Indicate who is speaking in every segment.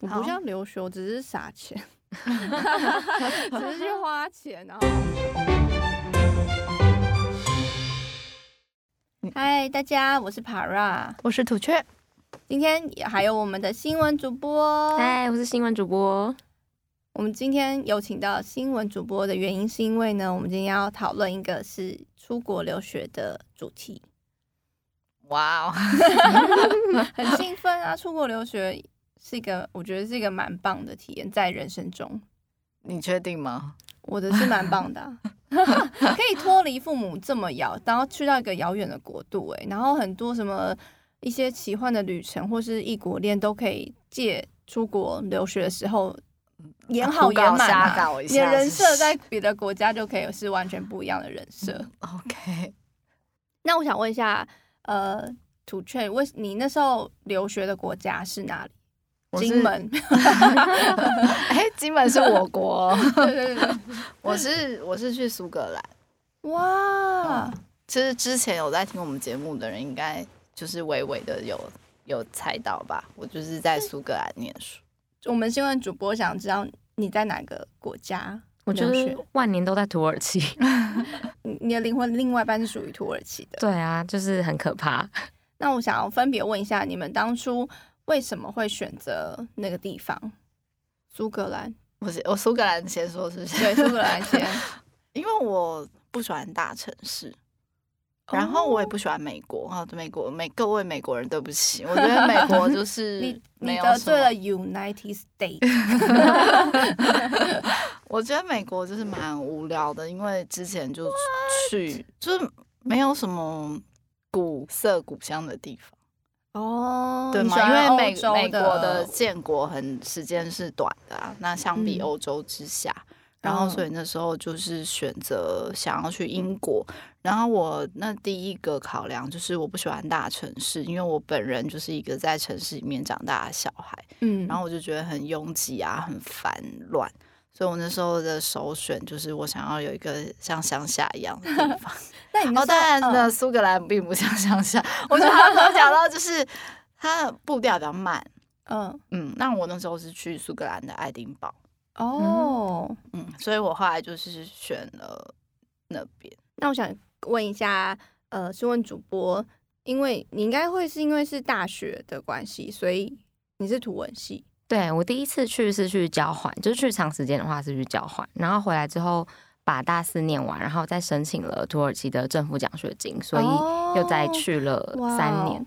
Speaker 1: 我
Speaker 2: 好
Speaker 1: 不像留学，我只是撒钱，只是去花钱然后嗨，大家，我是 Para，
Speaker 2: 我是土雀，
Speaker 1: 今天也还有我们的新闻主播。
Speaker 3: 嗨，我是新闻主播。
Speaker 1: 我们今天有请到新闻主播的原因，是因为呢，我们今天要讨论一个是出国留学的主题，
Speaker 2: 哇哦，
Speaker 1: 很兴奋啊！出国留学是一个，我觉得是一个蛮棒的体验，在人生中，
Speaker 2: 你确定吗？
Speaker 1: 我的是蛮棒的啊、 可以脱离父母这么遥，然后去到一个遥远的国度、欸，然后很多什么一些奇幻的旅程或是异国恋都可以借出国留学的时候演好
Speaker 2: 胡搞
Speaker 1: 演满、
Speaker 2: 瞎
Speaker 1: 啊，
Speaker 2: 搞一
Speaker 1: 你的
Speaker 2: 下
Speaker 1: 人
Speaker 2: 是
Speaker 1: 设
Speaker 2: 不是
Speaker 1: 在别的国家就可以是完全不一样的人设。
Speaker 2: OK，
Speaker 1: 嗯 那我想问一下，呃，土雀，为你那时候留学的国家是哪里？
Speaker 2: 我是
Speaker 1: 金门，
Speaker 2: 哎，金门是我 国，
Speaker 1: 对对对，
Speaker 2: 我是我是去苏格兰。
Speaker 1: 哇，
Speaker 2: 其实之前有在听我们节目的人，应该就是微微的有有猜到吧？我就是在苏格兰念书。
Speaker 1: 我们新闻主播想知道你在哪个国家
Speaker 3: 我
Speaker 1: 留
Speaker 3: 就
Speaker 1: 学
Speaker 3: 是？万年都在土耳其，
Speaker 1: 你你的灵魂另外一半是属于土耳其的。
Speaker 3: 对啊，就是很可怕。
Speaker 1: 那我想要分别问一下，你们当初为什么会选择那个地方？苏格兰，
Speaker 2: 我是我苏格兰先说是不是？
Speaker 1: 对，苏格兰先。
Speaker 2: 因为我不喜欢大城市，
Speaker 1: 哦
Speaker 2: 然后我也不喜欢美国啊，美国美各位美国人，对不起，我觉得美国就是
Speaker 1: 你
Speaker 2: 没
Speaker 1: 你
Speaker 2: 有
Speaker 1: 得
Speaker 2: 什
Speaker 1: 罪
Speaker 2: 么
Speaker 1: 了 United States，
Speaker 2: 我觉得美国就是蛮无聊的，因为之前就去就是没有什么古色古香的地方，
Speaker 1: 哦
Speaker 2: 对
Speaker 1: 你
Speaker 2: 吗？
Speaker 1: 喜欢
Speaker 2: 因为美
Speaker 1: 欧洲
Speaker 2: 美国的建国很时间是短的啊，那相比
Speaker 1: 嗯
Speaker 2: 欧洲之下，然后所以那时候就是选择想要去英国。然后我那第一个考量就是我不喜欢大城市，因为我本人就是一个在城市里面长大的小孩。
Speaker 1: 嗯，
Speaker 2: 然后我就觉得很拥挤啊，很烦乱，所以我那时候的首选就是我想要有一个像乡下一样的地方。
Speaker 1: 那你那
Speaker 2: 哦，当然
Speaker 1: 时候嗯
Speaker 2: 呢，苏格兰并不像乡下，我觉得他刚讲到就是它的步调比较慢。
Speaker 1: 嗯嗯
Speaker 2: 嗯，那我那时候是去苏格兰的爱丁堡，
Speaker 1: 哦，
Speaker 2: 嗯，所以我后来就是选了那边。
Speaker 1: 那我想问一下，呃，新闻主播，因为你应该会是因为是大学的关系，所以你是图文系，
Speaker 3: 对我第一次去是去交换，就是去长时间的话是去交换，然后回来之后把大四念完，然后再申请了土耳其的政府奖学金，所以又再
Speaker 2: 哦
Speaker 3: 去了三年。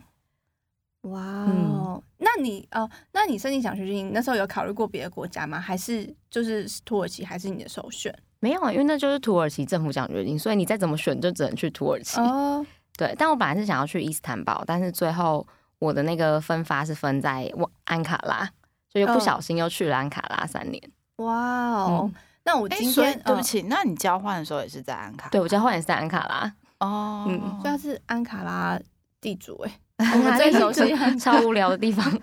Speaker 1: 哦。哇哦
Speaker 3: 嗯，
Speaker 1: 那你哦，那你申请奖学金，你那时候有考虑过别的国家吗？还是就是土耳其，还是你的首选？
Speaker 3: 没有，啊，因为那就是土耳其政府奖学金，所以你再怎么选就只能去土耳其。
Speaker 1: 哦，
Speaker 3: 对，但我本来是想要去伊斯坦堡，但是最后我的那个分发是分在我安卡拉，所以又不
Speaker 1: 嗯
Speaker 3: 小心又去了安卡拉三年。
Speaker 1: 哇哦，那我
Speaker 2: 哎、
Speaker 1: 今
Speaker 2: 所以
Speaker 1: 天
Speaker 2: 对不，
Speaker 1: 嗯
Speaker 2: 起，那你交换的时候也是在安卡？
Speaker 3: 对，我交换也是在安卡拉，
Speaker 2: 哦，
Speaker 3: 嗯
Speaker 1: 所以他是安卡拉地主哎、
Speaker 3: 我
Speaker 1: 们最 熟悉
Speaker 3: 超无聊的地 方。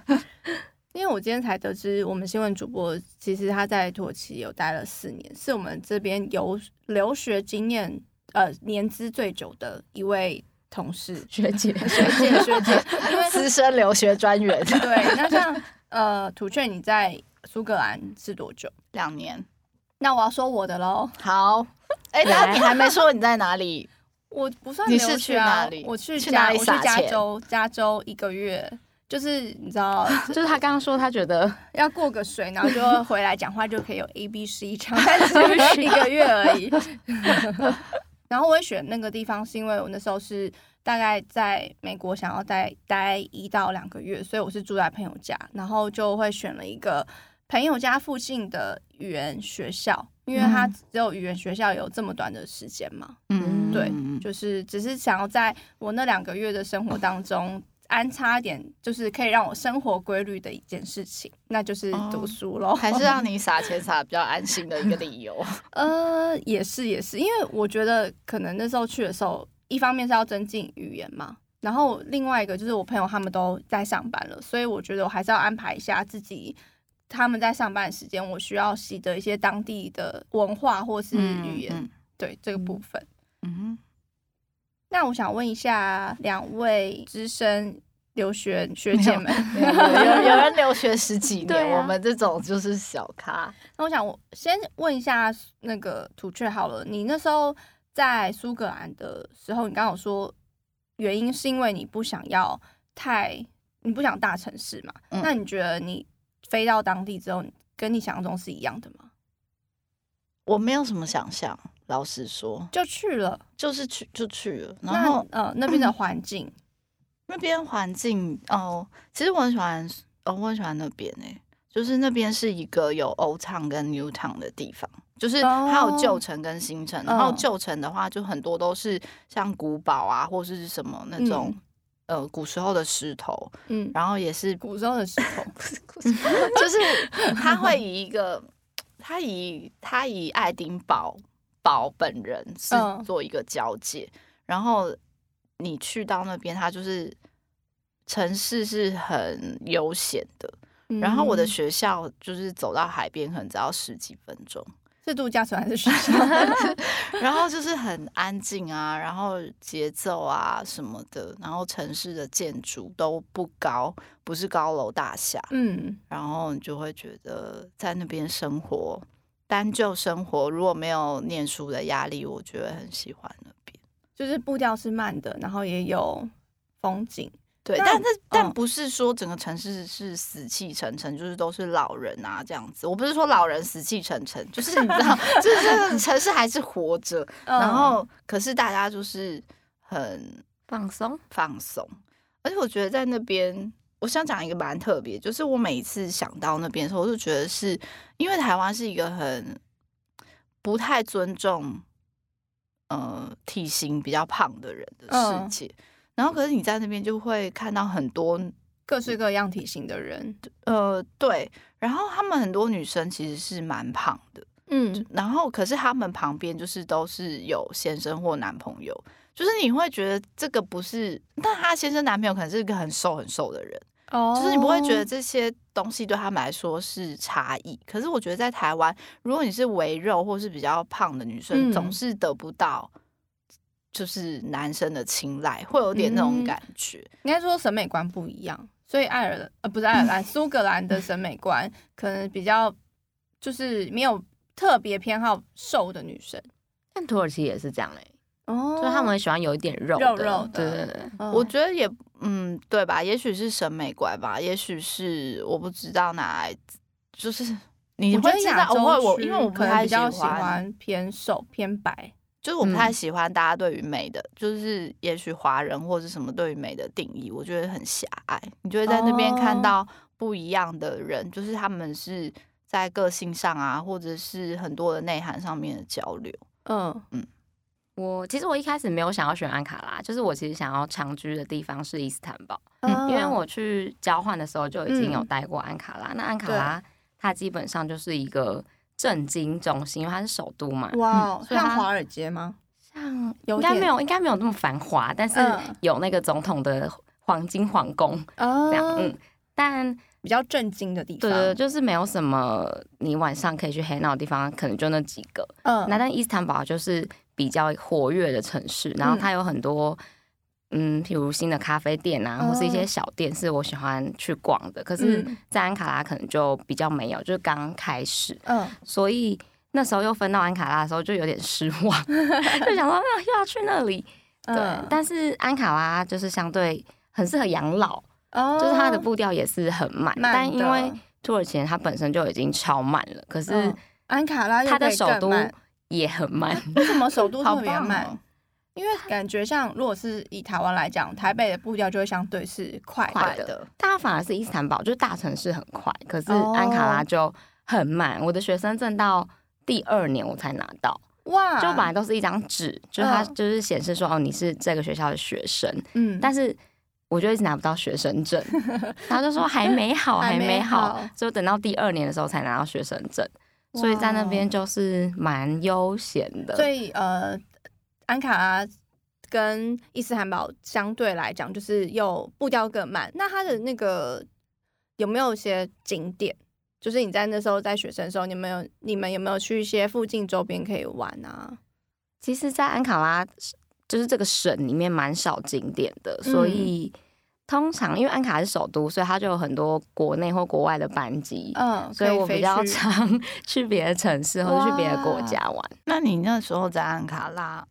Speaker 1: 因为我今天才得知，我们新闻主播其实他在土耳其有待了四年，是我们这边有留学经验呃年资最久的一位同事
Speaker 3: 学 姐，
Speaker 1: 学姐学姐，因为
Speaker 2: 资深留学专员
Speaker 1: 对，那像呃土雀你在苏格兰是多久？
Speaker 2: 两年。
Speaker 1: 那我要说我的喽，
Speaker 2: 好，哎、
Speaker 3: 来
Speaker 2: 那你还没说你在哪里？
Speaker 1: 我不算
Speaker 2: 你
Speaker 1: 留
Speaker 2: 是
Speaker 1: 学
Speaker 2: 去
Speaker 1: 啊
Speaker 2: 哪里
Speaker 1: 我去
Speaker 2: 去
Speaker 1: 加
Speaker 2: 哪里
Speaker 1: 我去
Speaker 2: 撒
Speaker 1: 加
Speaker 2: 钱
Speaker 1: 州，加州一个月，就是你知道
Speaker 3: 就是他刚刚说他觉得
Speaker 1: 要过个水，然后就回来讲话就可以有 A B C 唱，但是一个月而已。 然后我也选那个地方，是因为我那时候是大概在美国想要待待一到两个月，所以我是住在朋友家，然后就会选了一个朋友家附近的语言学校，因为它只有语言学校有这么短的时间嘛，
Speaker 3: 嗯
Speaker 1: 对
Speaker 2: 嗯
Speaker 1: 就是只是想要在我那两个月的生活当中安插一点，就是可以让我生活规律的一件事情，那就是读书喽。
Speaker 2: 哦还是让你撒钱撒得比较安心的一个理由。
Speaker 1: 呃，也是也是，因为我觉得可能那时候去的时候，一方面是要增进语言嘛，然后另外一个就是我朋友他们都在上班了，所以我觉得我还是要安排一下自己。他们在上班的时间，我需要习得一些当地的文化或是语言，对这个部分。
Speaker 2: 嗯嗯，嗯
Speaker 1: 那我想问一下两位资深留学学姐们。
Speaker 2: 有有人留学十几
Speaker 3: 对
Speaker 2: 年，
Speaker 3: 啊
Speaker 2: 我们这种就是小咖。
Speaker 1: 那我想我先问一下那个土雀好了，你那时候在苏格兰的时候，你刚好说原因是因为你不想要太，你不想大城市嘛？
Speaker 2: 嗯
Speaker 1: 那你觉得你飞到当地之后，跟你想象中是一样的吗？
Speaker 2: 我没有什么想象，老实说，
Speaker 1: 就去了，
Speaker 2: 就是去就去了。然后
Speaker 1: 那呃那边 的环境，
Speaker 2: 那边环境哦，其实我很喜欢，哦，我很喜欢那边诶、就是那边是一个有 Old Town 跟 New Town 的地方，就是它有旧城跟新城。然后
Speaker 1: 嗯
Speaker 2: 旧城的话，就很多都是像古堡啊，或是什么那种、呃古时候的石头，
Speaker 1: 嗯，
Speaker 2: 然后也是
Speaker 1: 古时候的石头，
Speaker 2: 就是他会以一个他以他以爱丁堡堡本人是
Speaker 1: 嗯
Speaker 2: 做一个交界，然后你去到那边，他就是城市是很悠闲的。然后我的
Speaker 1: 嗯
Speaker 2: 学校就是走到海边，可能只要十几分钟，
Speaker 1: 是度假村还是学校？
Speaker 2: 然后就是很安静啊，然后节奏啊什么的，然后城市的建筑都不高，不是高楼大厦，
Speaker 1: 嗯，
Speaker 2: 然后你就会觉得在那边生活，单就生活，如果没有念书的压力，我觉得很喜欢那边。
Speaker 1: 就是步调是慢的，然后也有风景，
Speaker 2: 对，
Speaker 1: 那
Speaker 2: 但是但
Speaker 1: 嗯
Speaker 2: 不是说整个城市是死气沉沉，就是都是老人啊这样子。我不是说老人死气沉沉，就是你知道， 就是这个城市还是活着，然
Speaker 1: 嗯
Speaker 2: 后可是大家就是很
Speaker 3: 放松，
Speaker 2: 放松，而且我觉得在那边，我想讲一个蛮特别，就是我每一次想到那边的时候，我就觉得是因为台湾是一个很不太尊重呃体型比较胖的人的世
Speaker 1: 嗯
Speaker 2: 界，然后可是你在那边就会看到很多
Speaker 1: 各式各样体型的人，
Speaker 2: 呃对，然后他们很多女生其实是蛮胖的，
Speaker 1: 嗯，
Speaker 2: 然后可是他们旁边就是都是有先生或男朋友，就是你会觉得这个不是，但他先生男朋友可能是一个很瘦很瘦的人，
Speaker 1: 哦
Speaker 2: 就是你不会觉得这些东西对他们来说是差异。可是我觉得在台湾，如果你是围肉或是比较胖的女生，
Speaker 1: 嗯
Speaker 2: 总是得不到就是男生的青睐，会有点那种
Speaker 1: 嗯
Speaker 2: 感觉。
Speaker 1: 应该说审美观不一样，所以爱尔兰呃不是爱尔 兰，苏格兰的审美观可能比较就是没有特别偏好瘦的女生
Speaker 3: 但土耳其也是这样哎、
Speaker 1: 哦
Speaker 3: 就是他们很喜欢有一点肉的
Speaker 1: 肉肉的
Speaker 3: 对对对。
Speaker 1: 嗯
Speaker 2: 我觉得也嗯，对吧？也许是审美观吧，也许是我不知道哪来，就是你
Speaker 1: 我觉
Speaker 2: 会
Speaker 1: 得
Speaker 2: 知
Speaker 1: 亚
Speaker 2: 道，
Speaker 1: 洲
Speaker 2: 我会我
Speaker 1: 区
Speaker 2: 因为我不
Speaker 1: 可能
Speaker 2: 太
Speaker 1: 比较喜
Speaker 2: 欢
Speaker 1: 欢偏瘦偏白，
Speaker 2: 就是我不太
Speaker 3: 嗯
Speaker 2: 喜欢大家对于美的，就是也许华人或是什么对于美的定义，我觉得很狭隘。你就会在那边看
Speaker 1: 哦
Speaker 2: 到不一样的人，就是他们是在个性上啊，或者是很多的内涵上面的交流。
Speaker 1: 嗯
Speaker 3: 我其实我一开始没有想要选安卡拉，就是我其实想要长居的地方是伊斯坦堡，
Speaker 2: 嗯
Speaker 3: 因为
Speaker 1: 哦
Speaker 3: 我去交换的时候就已经有
Speaker 1: 嗯
Speaker 3: 待过安卡拉。那安卡拉它基本上就是一个政经中心，因为它是首都嘛，
Speaker 1: 哇哦，
Speaker 3: 所以它
Speaker 1: 像华尔街吗？
Speaker 3: 像
Speaker 1: 有
Speaker 3: 应该
Speaker 1: 点
Speaker 3: 没有应该没有那么繁华，但是
Speaker 1: 嗯
Speaker 3: 有那个总统的黄金皇宫
Speaker 1: 啊
Speaker 3: 这样，嗯，但
Speaker 1: 比较震惊的地
Speaker 3: 对
Speaker 1: 方，
Speaker 3: 对，对就是没有什么你晚上可以去黑闹的地方，可能就那几个。
Speaker 1: 嗯
Speaker 3: 那但伊斯坦堡就是比较活跃的城市，然后
Speaker 1: 嗯
Speaker 3: 它有很多。嗯，譬如新的咖啡店啊，
Speaker 1: 哦
Speaker 3: 或是一些小店，是我喜欢去逛的。可是
Speaker 1: 嗯，
Speaker 3: 在安卡拉可能就比较没有，就是刚开始，
Speaker 1: 嗯，
Speaker 3: 所以那时候又分到安卡拉的时候，就有点失 望，就想说啊又要去那里。对，
Speaker 1: 嗯
Speaker 3: 但是安卡拉就是相对很适合养老，
Speaker 1: 哦
Speaker 3: 就是它的步调也是很慢，
Speaker 1: 慢
Speaker 3: 但因
Speaker 1: 的
Speaker 3: 为土耳其人它本身就已经超慢了，可是
Speaker 1: 嗯安卡拉又
Speaker 3: 它的
Speaker 1: 可以
Speaker 3: 首
Speaker 1: 更
Speaker 3: 都
Speaker 1: 慢
Speaker 3: 也很慢。
Speaker 1: 为什么首 都
Speaker 2: 好
Speaker 1: 特别
Speaker 2: 棒
Speaker 1: 慢？
Speaker 2: 哦
Speaker 1: 因为感觉像如果是以台湾来讲，台北的步调就会相对是快
Speaker 3: 快
Speaker 1: 的。
Speaker 2: 的，
Speaker 3: 大家反而是伊斯坦堡，就是大城市很快，可是安卡
Speaker 1: 哦
Speaker 3: 拉就很慢。我的学生证到第二年我才拿到，
Speaker 1: 哇，
Speaker 3: 就本来都是一张纸，就是它
Speaker 1: 啊嗯
Speaker 3: 就是显示说哦你是这个学校的学生，
Speaker 1: 嗯，
Speaker 3: 但是我就一直拿不到学 生证，然后就说还没好，
Speaker 1: 还
Speaker 3: 还
Speaker 1: 没
Speaker 3: 没好
Speaker 1: 好，
Speaker 3: 就等到第二年的时候才拿到学生证，
Speaker 1: 哇
Speaker 3: 所以在那边就是蛮悠闲的。
Speaker 1: 所以呃，安卡拉跟伊斯坦堡相对来讲，就是又步调更慢。那它的那个有没有一些景点？就是你在那时候在学生的时候，你们有你们有没有去一些附近周边可以玩啊？嗯
Speaker 3: 其实，在安卡拉就是这个省里面蛮少景点的，所以通常因为安卡是首都，所以它就有很多国内或国外的班机，
Speaker 1: 嗯，
Speaker 3: 所以我
Speaker 1: 可
Speaker 3: 比
Speaker 1: 飞
Speaker 3: 较
Speaker 1: 去
Speaker 3: 常 去别的城市或者去别的国
Speaker 1: 哇
Speaker 3: 家玩。
Speaker 2: 那你那时候在安卡拉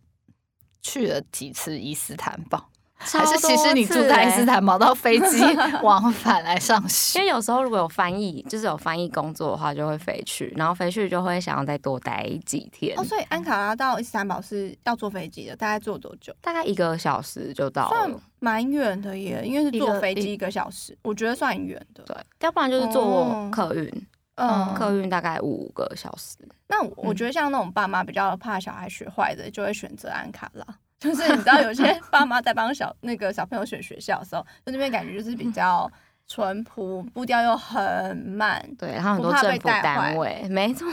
Speaker 2: 去了几次伊斯坦堡？还是
Speaker 3: 超
Speaker 2: 其实
Speaker 3: 多
Speaker 2: 你
Speaker 3: 次
Speaker 2: 住在伊
Speaker 3: 欸
Speaker 2: 斯坦堡，到飞 机往返来上
Speaker 3: 因
Speaker 2: 学？
Speaker 3: 为有时候如果有翻译，就是有翻译工作的话，就会飞去，然后飞去就会想要再多待几天，
Speaker 1: 哦，所以安卡拉到伊斯坦堡是要坐飞机的，大概坐多久？
Speaker 3: 大概一个小时就到
Speaker 1: 算
Speaker 3: 了。
Speaker 1: 蛮远的耶，因为是
Speaker 2: 一个
Speaker 1: 坐飞
Speaker 2: 一
Speaker 1: 机一个小时，我觉得算远的。
Speaker 3: 对，要不然就是坐
Speaker 1: 哦
Speaker 3: 客运，
Speaker 1: 嗯，
Speaker 3: 客运大概五个小时。
Speaker 1: 那
Speaker 2: 嗯
Speaker 1: 我我觉得像那种爸妈比较怕小孩学坏的，就会选择安卡 拉。就是你知道，有些爸妈在帮小那个小朋友选学校的时候，就那边感觉就是比较淳朴，步调又很慢。
Speaker 3: 对，然后很
Speaker 1: 不
Speaker 3: 多
Speaker 1: 怕
Speaker 3: 政
Speaker 1: 被
Speaker 3: 府
Speaker 1: 带
Speaker 3: 单
Speaker 1: 坏
Speaker 3: 位，没错，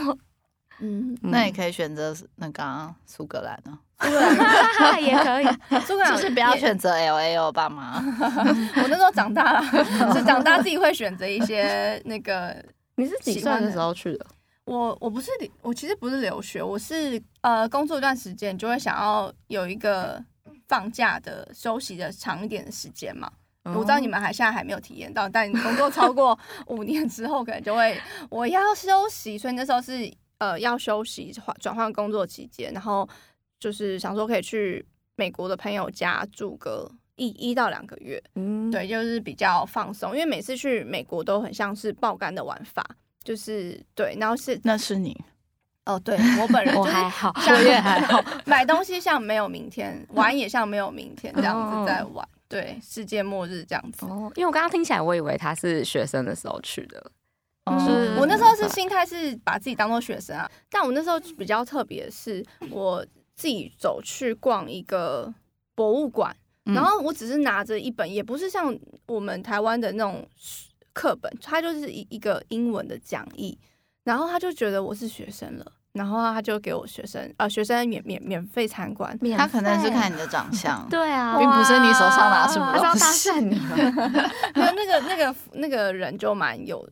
Speaker 1: 嗯，
Speaker 2: 那也可以选择那个啊苏格兰啊，
Speaker 3: 以嗯 也可以。
Speaker 1: 苏格兰
Speaker 2: 就是不要
Speaker 1: 也
Speaker 2: 选择 L A O 爸妈。
Speaker 1: 我那时候长大 了，是长大自己会选择一些那个。
Speaker 3: 你是几
Speaker 1: 喜
Speaker 3: 岁
Speaker 1: 欢
Speaker 3: 的
Speaker 1: 的
Speaker 3: 时候去的？
Speaker 1: 我我不是我其实不是留学，我是呃工作一段时间就会想要有一个放假的休息的长一点的时间嘛。我知道你们还现在还没有体验到，但你工作超过五年之后，可能就会我要休息，所以那时候是呃要休息换转换工作期间，然后就是想说可以去美国的朋友家住个一一到两个月，
Speaker 3: 嗯，
Speaker 1: 对，就是比较放松，因为每次去美国都很像是爆肝的玩法，就是对，然后是
Speaker 2: 那是你，
Speaker 1: 哦，对我本人
Speaker 3: 嗯我
Speaker 1: 就是
Speaker 3: 还好，
Speaker 1: 像
Speaker 2: 我 也还好，
Speaker 1: 买东西像没有明天，玩也像没有明天这样
Speaker 3: 哦
Speaker 1: 子在玩，对，世界末日这样子。
Speaker 3: 哦，因为我刚刚听起来，我以为他是学生的时候去的。
Speaker 2: 嗯
Speaker 1: 我那时候是心态是把自己当做学生啊，但我那时候比较特别，是我自己走去逛一个博物馆，
Speaker 2: 嗯
Speaker 1: 然后我只是拿着一本，也不是像我们台湾的那种课本，它就是一一个英文的讲义，然后他就觉得我是学生了，然后他就给我学生呃学生免免免费参观，
Speaker 3: 免
Speaker 2: 他可能是
Speaker 3: 费
Speaker 2: 看你的长相，
Speaker 3: 嗯 对啊，
Speaker 2: 并不是你手上拿什
Speaker 3: 他
Speaker 2: 么
Speaker 3: 是要
Speaker 2: 东
Speaker 3: 搭
Speaker 2: 西。
Speaker 3: 讪你吗？
Speaker 1: 没有那个那个那个人就蛮友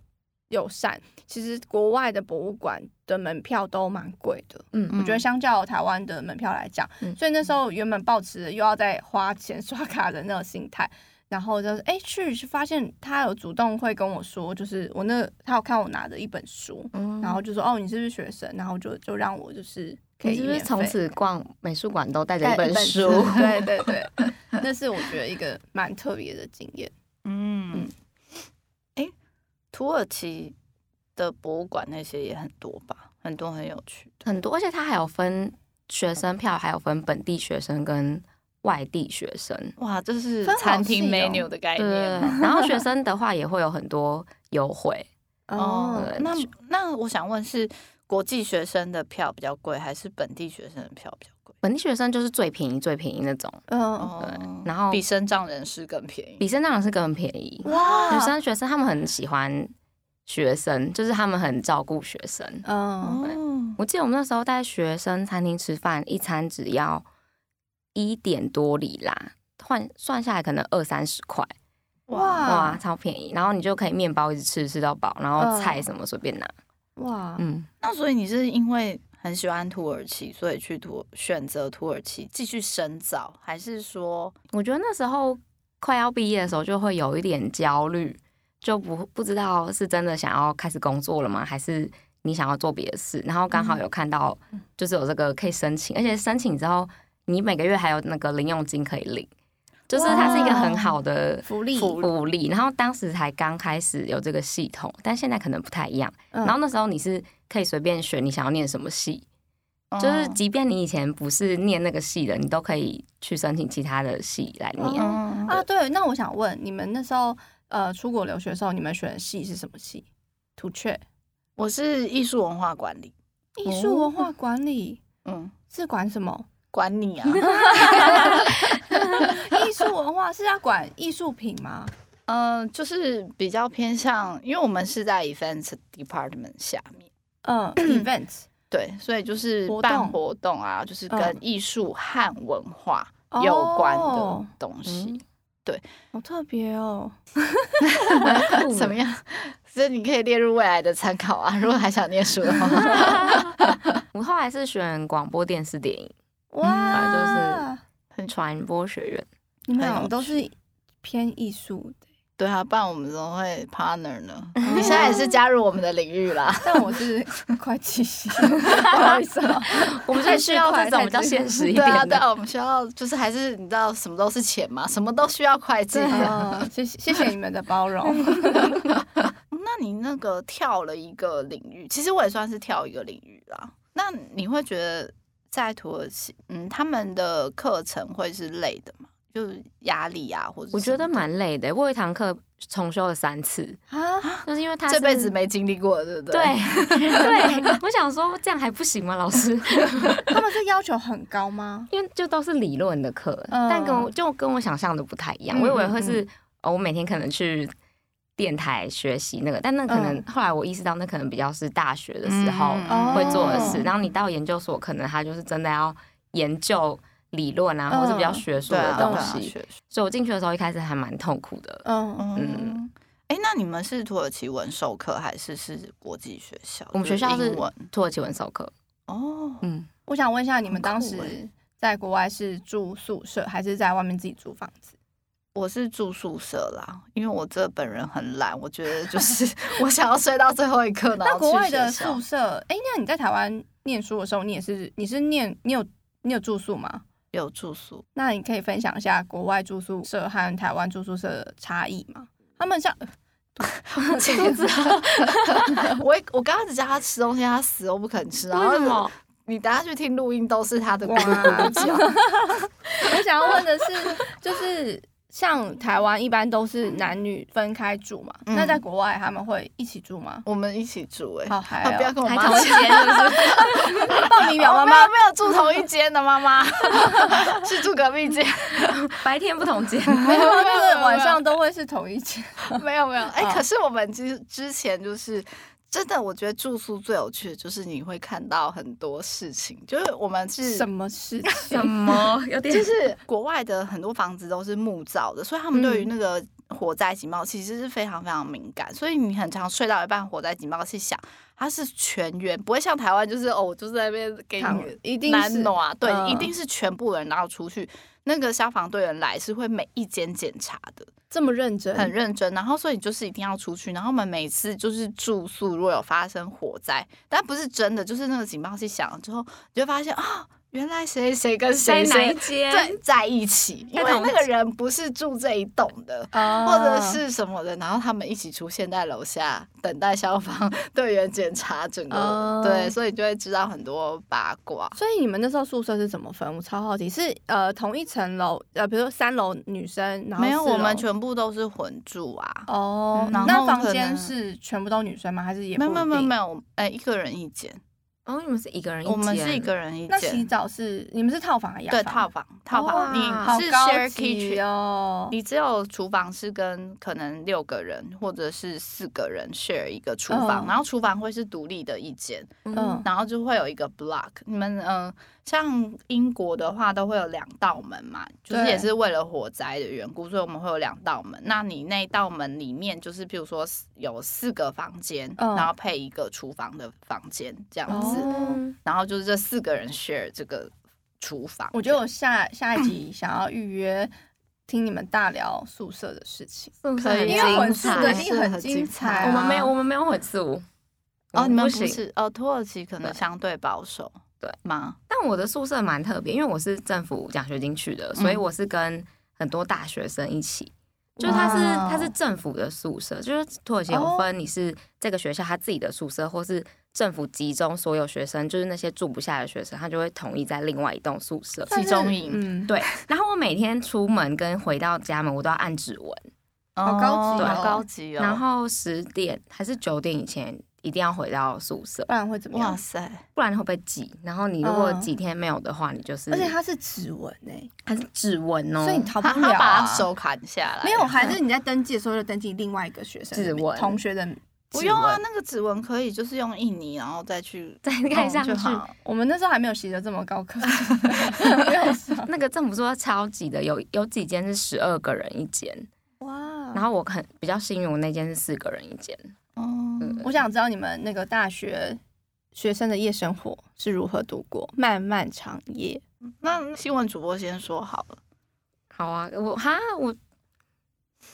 Speaker 1: 友善。其实国外的博物馆的门票都蛮贵的，
Speaker 3: 嗯
Speaker 1: 我觉得相较台湾的门票来讲，
Speaker 3: 嗯
Speaker 1: 所以那时候原本抱持着又要再花钱刷卡的那种心态，然后就是哎、去去发现他有主动会跟我说，就是我那他有看我拿着一本书，
Speaker 3: 嗯
Speaker 1: 然后就说哦你是不是学生，然后就就让我就是可
Speaker 3: 你
Speaker 1: 以
Speaker 3: 是不是
Speaker 1: 免
Speaker 3: 从
Speaker 1: 费
Speaker 3: 此逛美术馆都带着
Speaker 1: 带
Speaker 3: 一本书？
Speaker 1: 对对对，对那是我觉得一个蛮特别的经验。
Speaker 2: 嗯，哎，土耳其的博物馆那些也很多吧，很多很有趣的。
Speaker 3: 很多，而且它还有分学生票，还有分本地学生跟外地学生。
Speaker 2: 哇，这是
Speaker 1: 分好
Speaker 2: 餐
Speaker 1: 细
Speaker 2: 厅
Speaker 1: 哦
Speaker 2: menu 的概
Speaker 3: 对，
Speaker 2: 念吗。
Speaker 3: 然后学生的话也会有很多优惠，
Speaker 2: 哦
Speaker 1: 嗯
Speaker 3: 对，
Speaker 2: 那那我想问是国际学生的票比较贵，还是本地学生的票比较贵？
Speaker 3: 本地学生就是最便宜最便宜那种，
Speaker 1: 嗯，
Speaker 2: 哦，
Speaker 3: 然后
Speaker 2: 比身障人士更便宜。
Speaker 3: 比生当然是更便宜。
Speaker 1: 哇
Speaker 3: 女生学生他们很喜欢学生，就是他们很照顾学生。
Speaker 1: 嗯，
Speaker 2: 哦，
Speaker 3: 我记得我们那时候在学生餐厅吃饭，一餐只要一点多里拉，换算下来可能二三十块，
Speaker 1: 哇
Speaker 3: 哇，超便宜。然后你就可以面包一直吃吃到饱，然后
Speaker 1: 嗯
Speaker 3: 菜什么随便拿。
Speaker 1: 哇，
Speaker 3: 嗯，
Speaker 2: 那所以你是因为很喜欢土耳其，所以去土选择土耳其继续深造，还是说
Speaker 3: 我觉得那时候快要毕业的时候就会有一点焦虑，就不不知道是真的想要开始工作了吗？还是你想要做别的事？然后刚
Speaker 1: 嗯
Speaker 3: 好有看到就是有这个可以申请，而且申请之后你每个月还有那个零用金可以领，就是它是一个很好的。
Speaker 1: 福利，
Speaker 3: 福利，然后当时才刚开始有这个系统，但现在可能不太一样。
Speaker 1: 嗯
Speaker 3: 然后那时候你是可以随便选你想要念什么系，就是
Speaker 2: 嗯
Speaker 3: 即便你以前不是念那个系的，你都可以去申请其他的系来念。
Speaker 2: 嗯
Speaker 1: 啊，对，那我想问你们那时候呃出国留学的时候，你们选的系是什么系？土雀
Speaker 2: 我是艺术文化管理，
Speaker 1: 艺术文化管理
Speaker 2: 嗯，
Speaker 1: 是管什么？
Speaker 2: 管你啊，
Speaker 1: 艺术文化是要管艺术品吗？
Speaker 2: 嗯、就是比较偏向，因为我们是在 events department 下面。
Speaker 1: 嗯，event
Speaker 2: 对，所以就是
Speaker 1: 活
Speaker 2: 办
Speaker 1: 动
Speaker 2: 活动啊，就是
Speaker 1: 嗯
Speaker 2: 跟艺术和文化有关的
Speaker 1: 哦
Speaker 2: 东西
Speaker 3: 嗯。
Speaker 1: 好特别哦。
Speaker 2: 嗯 怎么样？所以你可以列入未来的参考啊，如果还想念书的 话。
Speaker 3: 我后来是选广播电视电影
Speaker 1: 哇，
Speaker 2: 嗯
Speaker 3: 反正传播学院，
Speaker 1: 你们
Speaker 2: 很
Speaker 1: 好
Speaker 2: 有
Speaker 1: 像都是偏艺术的，
Speaker 2: 对啊，不然我们怎么会 partner 呢？你现在也是加入我们的领域啦。
Speaker 1: 但我是 会计系， 不好意思啊，
Speaker 3: 我们就需要这种比较现实一
Speaker 2: 对啊，对
Speaker 3: 点的。
Speaker 2: 啊，我们需要就是还是你知道什么都是钱嘛，什么都需要会计。
Speaker 1: 嗯，谢谢谢谢你们的包容。
Speaker 2: 那你那个跳了一个领域，其实我也算是跳一个领域啦。那你会觉得在土耳其，嗯，他们的课程会是累的吗？就是压力啊，或者
Speaker 3: 我觉得
Speaker 2: 什么的
Speaker 3: 蛮累的，我有一堂课重修了三次，
Speaker 1: 啊，
Speaker 3: 就是因为他
Speaker 2: 这辈子没经历过，对不对？
Speaker 3: 对 对，我想说这样还不行吗，老师？
Speaker 1: 他们是要求很高吗？
Speaker 3: 因为就都是理论的课，
Speaker 1: 嗯
Speaker 3: 但跟我就跟我想象的不太一样。
Speaker 2: 嗯
Speaker 3: 我以为会是、哦，我每天可能去电台学习那个，但那可能、
Speaker 1: 嗯
Speaker 3: 后来我意识到，那可能比较是大学的时候
Speaker 1: 嗯
Speaker 3: 会做的事。
Speaker 1: 哦
Speaker 2: 啊
Speaker 3: 然后你到研究所，可能他就是真的要研究理论啊，
Speaker 1: 嗯
Speaker 3: 或是比较学术
Speaker 2: 对
Speaker 3: 的
Speaker 2: 啊，
Speaker 3: 东
Speaker 2: 对啊
Speaker 3: 西。
Speaker 2: 学术
Speaker 3: 所以我进去的时候一开始还蛮痛苦的。
Speaker 1: 嗯，
Speaker 2: 嗯，哎、那你们是土耳其文授课还是是国际学校？
Speaker 3: 我们
Speaker 2: 就
Speaker 3: 学
Speaker 2: 是
Speaker 3: 校是
Speaker 2: 英文
Speaker 3: 土耳其文授课，
Speaker 2: 哦，
Speaker 3: 嗯，
Speaker 1: 我想问一下，你们当
Speaker 2: 很酷欸
Speaker 1: 时在国外是住宿舍，还是在外面自己租房子？
Speaker 2: 我是住宿舍啦，因为我这本人很懒，我觉得就是 我想要睡到最后一刻，然
Speaker 1: 那
Speaker 2: 后
Speaker 1: 国
Speaker 2: 去
Speaker 1: 外的
Speaker 2: 学校
Speaker 1: 宿舍，哎，那你在台湾念书的时候，你也是你是念你有你有住宿吗？
Speaker 2: 有 住宿。
Speaker 1: 那你可以分享一下国外住宿舍和台湾住宿舍的差异吗？他们 像
Speaker 3: 肚子
Speaker 2: 我也我刚开始叫他吃东西，他死都不肯吃，然
Speaker 3: 为什
Speaker 2: 后
Speaker 3: 么？
Speaker 2: 你等下去听录音都是他的咕
Speaker 1: 哇
Speaker 2: 噜咕噜叫。
Speaker 1: 我想要问的是，就是像台湾一般都是男女分开住嘛，
Speaker 2: 嗯
Speaker 1: 那在国外他们会一起住吗？
Speaker 2: 我们一起住哎、
Speaker 1: 好
Speaker 2: 啊
Speaker 1: 嗨
Speaker 2: 不要
Speaker 1: 哦！
Speaker 2: 跟我
Speaker 3: 还
Speaker 2: 妈
Speaker 3: 同一
Speaker 2: 讲
Speaker 3: 间是 不是？
Speaker 1: 报名表妈
Speaker 2: 我没
Speaker 1: 妈
Speaker 2: 有没有住同一间的妈 妈，是住隔壁间。
Speaker 3: 白天不同间，
Speaker 1: 没有， 就是
Speaker 2: 没有
Speaker 1: 晚上都会是同一间。
Speaker 2: 没有没有，哎、
Speaker 1: 哦
Speaker 2: 可是我们之之前就是真的，我觉得住宿最有趣的就是你会看到很多事情，就是我们是
Speaker 1: 什。么事情？
Speaker 3: 么有点
Speaker 2: 就是国外的很多房子都是木造的，所以他们对于
Speaker 1: 嗯
Speaker 2: 那个火灾警报器其实是非常非常敏感，所以你很常睡到一半，火灾警报器响，它是全员，不会像台湾就是哦，我就是在那边给
Speaker 1: 躺
Speaker 2: 你
Speaker 1: 一定
Speaker 2: 嗯难
Speaker 1: 是
Speaker 2: 弄啊，对，
Speaker 1: 嗯
Speaker 2: 一定是全部人然后出去，那个消防队员来是会每一间检查的，
Speaker 1: 这么认真，
Speaker 2: 很认真，然后所以你就是一定要出去。然后我们每次就是住宿，如果有发生火灾，但不是真的，就是那个警报器响了之后，你就发现啊、原来谁谁跟
Speaker 3: 在
Speaker 2: 谁
Speaker 3: 哪一
Speaker 2: 谁
Speaker 3: 间？
Speaker 2: 在在一起，嗯因
Speaker 3: 在
Speaker 2: 为
Speaker 3: 同
Speaker 2: 那个人不是住这一栋的。
Speaker 1: 啊
Speaker 2: 或者是什么的，然后他们一起出现在楼下等待消防 队员检查整个
Speaker 1: 哦
Speaker 2: 对，所以就会知道很多八卦。
Speaker 1: 所以你们那时候宿舍是怎么分？我超好奇，是呃同一层楼，呃，比如说三楼女生，然后
Speaker 2: 没有，
Speaker 1: 四楼
Speaker 2: 我们全部都是哦混住啊。
Speaker 1: 哦，
Speaker 2: 嗯然后
Speaker 1: 那房
Speaker 2: 可
Speaker 1: 间
Speaker 2: 能
Speaker 1: 是全部都女生吗？还是也
Speaker 2: 没
Speaker 1: 不
Speaker 2: 有
Speaker 1: 一
Speaker 2: 没有
Speaker 1: 定
Speaker 2: 没有没有，哎、一个人一间，
Speaker 3: 哦，你们是一个人一
Speaker 2: 我们是
Speaker 3: 间
Speaker 2: 一个人一
Speaker 1: 那
Speaker 2: 间。
Speaker 1: 洗澡是你们是套房还是雅
Speaker 2: 对，
Speaker 1: 房？
Speaker 2: 套房，套
Speaker 3: 哇
Speaker 2: 房，你
Speaker 1: 好
Speaker 2: 是
Speaker 1: 高
Speaker 2: share
Speaker 1: 级
Speaker 2: kitchen，、
Speaker 1: 哦。
Speaker 2: 你只有厨房是跟可能六个人或者是四个人 share 一个厨房，
Speaker 1: 嗯
Speaker 2: 然后厨房会是独立的一间，
Speaker 1: 嗯
Speaker 2: 然后就会有一个 block。你们嗯、呃像英国的话都会有两道门嘛，就是
Speaker 1: 对
Speaker 2: 也是为了火灾的缘故，所以我们会有两道门。那你那一道门里面就是，譬如说有四个房间，
Speaker 1: 嗯
Speaker 2: 然后配一个厨房的房间这样子，
Speaker 1: 哦
Speaker 3: 哦，
Speaker 2: 然后就是这四个人 share 这个厨房。
Speaker 1: 我觉得我下下一集想要预约听你们大聊宿舍的事情，
Speaker 3: 宿舍
Speaker 2: 可以
Speaker 3: 很
Speaker 1: 因
Speaker 2: 因
Speaker 1: 为
Speaker 2: 为
Speaker 1: 混
Speaker 3: 精
Speaker 1: 宿
Speaker 2: 宿
Speaker 1: 的
Speaker 2: 的地
Speaker 1: 一
Speaker 2: 一
Speaker 3: 彩。
Speaker 1: 定
Speaker 2: 定
Speaker 1: 很
Speaker 2: 很
Speaker 1: 精
Speaker 2: 精
Speaker 1: 彩、啊
Speaker 2: 彩哦
Speaker 3: 我们没有，我们没有混宿。我
Speaker 2: 哦，你们不
Speaker 3: 行。
Speaker 2: 是哦，土耳其可能
Speaker 3: 对
Speaker 2: 相对保守，
Speaker 3: 对
Speaker 2: 吗？
Speaker 3: 但我的宿舍蛮特别，因为我是政府奖学金去的，所以
Speaker 2: 嗯
Speaker 3: 我是跟很多大学生一起。就是它是
Speaker 2: 哇哦
Speaker 3: 它是政府的宿舍，就是土耳其有分你是这个学校他自己的宿舍，或是政府集中所有学生，就是那些住不下的学生，他就会统一在另外一栋宿舍。
Speaker 1: 但是
Speaker 2: 集中营
Speaker 1: 嗯，
Speaker 3: 对，然后我每天出门跟回到家门，我都要按指纹，
Speaker 1: 好高级哦
Speaker 2: 哦好高级哦。
Speaker 3: 然后十点还是九点以前一定要回到宿舍，
Speaker 1: 不然会怎么
Speaker 2: 哇
Speaker 1: 样？
Speaker 2: 塞，
Speaker 3: 不然会被挤。然后你如果
Speaker 1: 嗯
Speaker 3: 几天没有的话，你就是
Speaker 1: 而且它是指纹哎、
Speaker 3: 它是指纹哦，
Speaker 1: 所以你逃不
Speaker 2: 他他
Speaker 1: 了、
Speaker 2: 把
Speaker 1: 啊。
Speaker 2: 他手砍下来，
Speaker 1: 没 有，还是你在登记的时候就登记另外一个学生的
Speaker 3: 指
Speaker 1: 名
Speaker 3: 纹
Speaker 1: 同学的
Speaker 2: 不
Speaker 1: 指
Speaker 2: 用啊，
Speaker 1: 纹。
Speaker 2: 那个指纹可以就是用印尼，然后 再去
Speaker 3: 再
Speaker 1: 哦
Speaker 3: 看上去
Speaker 2: 弄就好
Speaker 1: 我们那时候还没有习得这么高科技，没有上
Speaker 3: 那个政府说超级的，有有几间是十二个人一间，
Speaker 1: 哇哦
Speaker 3: 然后我很比较幸运，我那间是四个人一间。
Speaker 2: 嗯，
Speaker 1: 我想知道你们那个大学学生的夜生活是如何度过漫漫长夜。
Speaker 2: 那新闻主播先说好了，
Speaker 3: 好啊，我哈我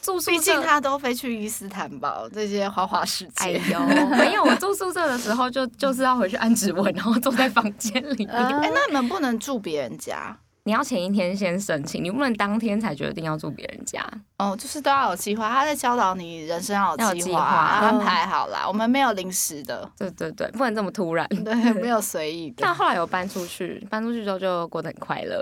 Speaker 3: 住宿舍，
Speaker 2: 毕竟他都飞去伊斯坦堡这些花花世
Speaker 3: 哎
Speaker 2: 界。
Speaker 3: 呦，没有，我住宿舍的时 候就就是要回去按指纹，然后坐在房间里
Speaker 1: 啊嗯
Speaker 3: 面。
Speaker 2: 哎、那你们不能住别人家
Speaker 3: 你要前一天先申请，你不能当天才决定要住别人家。
Speaker 2: 哦，就是都要有计划。他在教导你人生要
Speaker 3: 要有
Speaker 2: 有计
Speaker 3: 计
Speaker 2: 划，啊
Speaker 3: 划
Speaker 2: 安
Speaker 3: 嗯
Speaker 2: 排好啦。我们没有临时的，
Speaker 3: 对对对，不能这么突然。
Speaker 2: 对，没有随意
Speaker 3: 但
Speaker 2: 的。
Speaker 3: 后来有搬出去，搬出去之后就过得很快乐。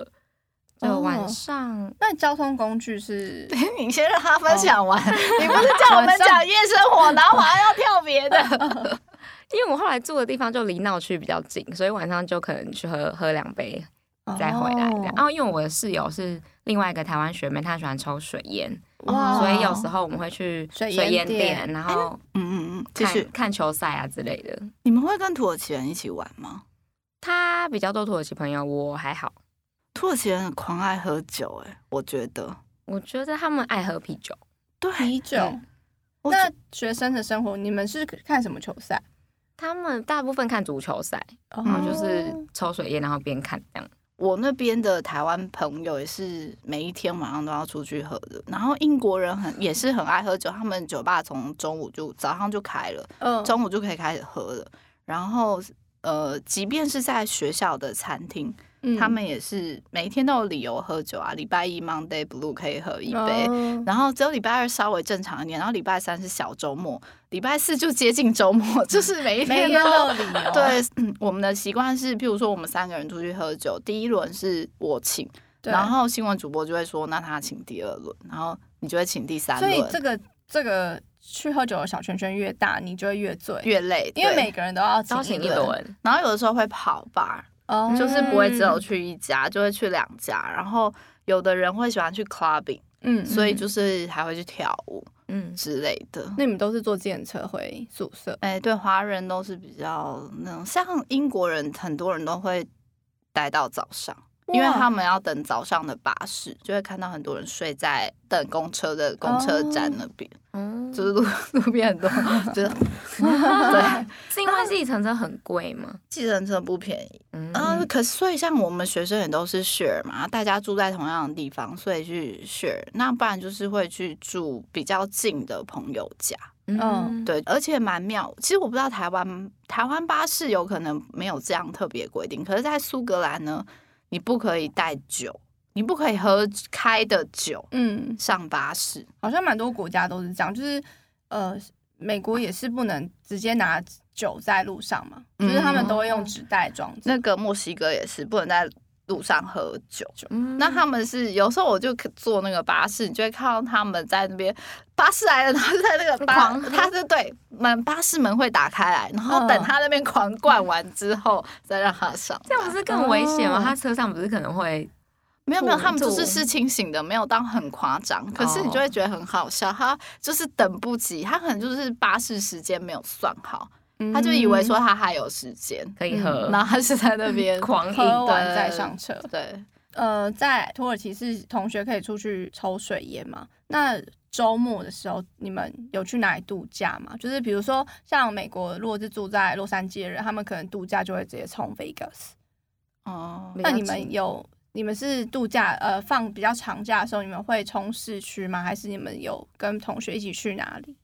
Speaker 1: 哦
Speaker 3: 就晚上，
Speaker 1: 那交通工具是
Speaker 2: 你先让他
Speaker 3: 哦
Speaker 2: 分享 完，你不是叫我们讲夜生活，然后我还要跳别 的。
Speaker 3: 因为我后来住的地方就离闹区比较近，所以晚上就可能去喝喝两杯再回来。
Speaker 1: 哦
Speaker 3: 然后、因为我的室友是另外一个台湾学妹，她喜欢抽水烟，
Speaker 1: 哇
Speaker 3: 所以有时候我们会去
Speaker 1: 哦水
Speaker 3: 水
Speaker 1: 烟
Speaker 3: 烟
Speaker 1: 店哎
Speaker 3: 店，然后
Speaker 2: 嗯嗯嗯，继续
Speaker 3: 看。看球赛啊之类的。
Speaker 2: 你们会跟土耳其人一起玩吗？
Speaker 3: 他比较多土耳其朋友，我还好。
Speaker 2: 土耳其人很狂爱喝酒、哎，我觉得。
Speaker 3: 我觉得他们爱喝啤酒，
Speaker 2: 对，
Speaker 1: 啤酒
Speaker 3: 对。
Speaker 2: 我
Speaker 1: 那学生的生活，你们是看什么球赛？
Speaker 3: 他们大部分看足球赛，
Speaker 1: 哦
Speaker 3: 然后就是抽水烟，然后边看这样。
Speaker 2: 我那边的台湾朋友也是每一天晚上都要出去喝的，然后英国人很也是很爱喝酒，他们酒吧从中午就早上就开了，
Speaker 1: 嗯
Speaker 2: 中午就可以开始喝了。然后呃，即便是在学校的餐厅，他
Speaker 1: 嗯
Speaker 2: 们也是每一天都有理由喝酒啊，礼拜一 Monday Blue 可以喝一杯，
Speaker 1: 哦
Speaker 2: 然后只有礼拜二稍微正常一点，然后礼拜三是小周末，礼拜四就接近周末， 就是每一
Speaker 1: 每
Speaker 2: 天
Speaker 1: 一
Speaker 2: 都
Speaker 1: 个都有理哦由。
Speaker 2: 对，嗯我们的习惯是，譬如说我们三个人出去喝酒，第一轮是我请，
Speaker 1: 对，
Speaker 2: 然后新闻主播就会说，那他请第二轮，然后你就会请第三
Speaker 1: 所以这
Speaker 2: 轮，
Speaker 1: 个这个去喝酒的小圈圈越大，你就会越醉，
Speaker 2: 越累，
Speaker 1: 因为
Speaker 2: 对
Speaker 1: 每个人都要
Speaker 3: 邀
Speaker 1: 请
Speaker 3: 请
Speaker 1: 一
Speaker 3: 一
Speaker 1: 轮，
Speaker 3: 轮，
Speaker 2: 然后有的时候会跑吧，
Speaker 1: 哦
Speaker 2: 就是不会只有去一家，就会去两家，然后有的人会喜欢去 clubbing，
Speaker 1: 嗯
Speaker 2: 所以就是还会去跳舞
Speaker 3: 嗯，
Speaker 2: 之类的。
Speaker 1: 那你们都是坐自行车回宿舍？
Speaker 2: 哎，对，华人都是比较那种，像英国人，很多人都会待到早上。因为他们要等早上的巴士，就会看到很多人睡在等公车的公车站那边，
Speaker 3: 哦
Speaker 2: 就是路 路边很多，就是对，
Speaker 3: 是因为计程车很贵吗？
Speaker 2: 计程车不便宜
Speaker 3: 嗯，
Speaker 2: 啊、可是所以像我们学生也都是 share 嘛，大家住在同样的地方，所以去 share，那不然就是会去住比较近的朋友家，
Speaker 1: 嗯，
Speaker 2: 对，而且蛮妙。其实我不知道台湾台湾巴士有可能没有这样特别规定，可是，在苏格兰呢，你不可以带酒，你不可以喝开的酒。
Speaker 1: 嗯，
Speaker 2: 上巴士，
Speaker 1: 好像蛮多国家都是这样，就是呃，美国也是不能直接拿酒在路上嘛，
Speaker 2: 嗯
Speaker 1: 就是他们都会用纸袋装着。
Speaker 2: 那个墨西哥也是不能在路上喝酒。
Speaker 3: 嗯
Speaker 2: 那他们是有时候我就坐那个巴士，你就会看到他们在那边巴士来了，然后在那个巴
Speaker 3: 狂，喝
Speaker 2: 他是对门巴士门会打开来，然后等他那边狂灌完之后再让他上来。
Speaker 3: 嗯这样不是更危险
Speaker 1: 哦
Speaker 3: 吗？他车上不是可能会
Speaker 2: 没有没有，
Speaker 3: 吐
Speaker 2: 他们就
Speaker 3: 吐
Speaker 2: 是是清醒的，没有到很夸张，可是你
Speaker 3: 哦
Speaker 2: 就会觉得很好笑。他就是等不及，他可能就是巴士时间没有算好，
Speaker 1: 嗯
Speaker 2: 他就以
Speaker 3: 嗯
Speaker 2: 为说他还有时间，
Speaker 3: 可以喝，
Speaker 2: 然后他是在嗯那边
Speaker 3: 狂
Speaker 1: 喝
Speaker 3: 饮
Speaker 1: 完
Speaker 2: 对
Speaker 1: 再上车。
Speaker 2: 对，
Speaker 1: 呃，在土耳其是同学可以出去抽水烟嘛？那周末的时候，你们有去哪里度假吗？就是比如说，像美国如果是住在洛杉矶的人，他们可能度假就会直接冲 Vegas。
Speaker 2: 哦
Speaker 3: 没，
Speaker 1: 那
Speaker 3: 了
Speaker 1: 你
Speaker 3: 解
Speaker 1: 们有你们是度假呃放比较长假的时候，你们会冲市区吗？还是你们有跟同学一起去哪里？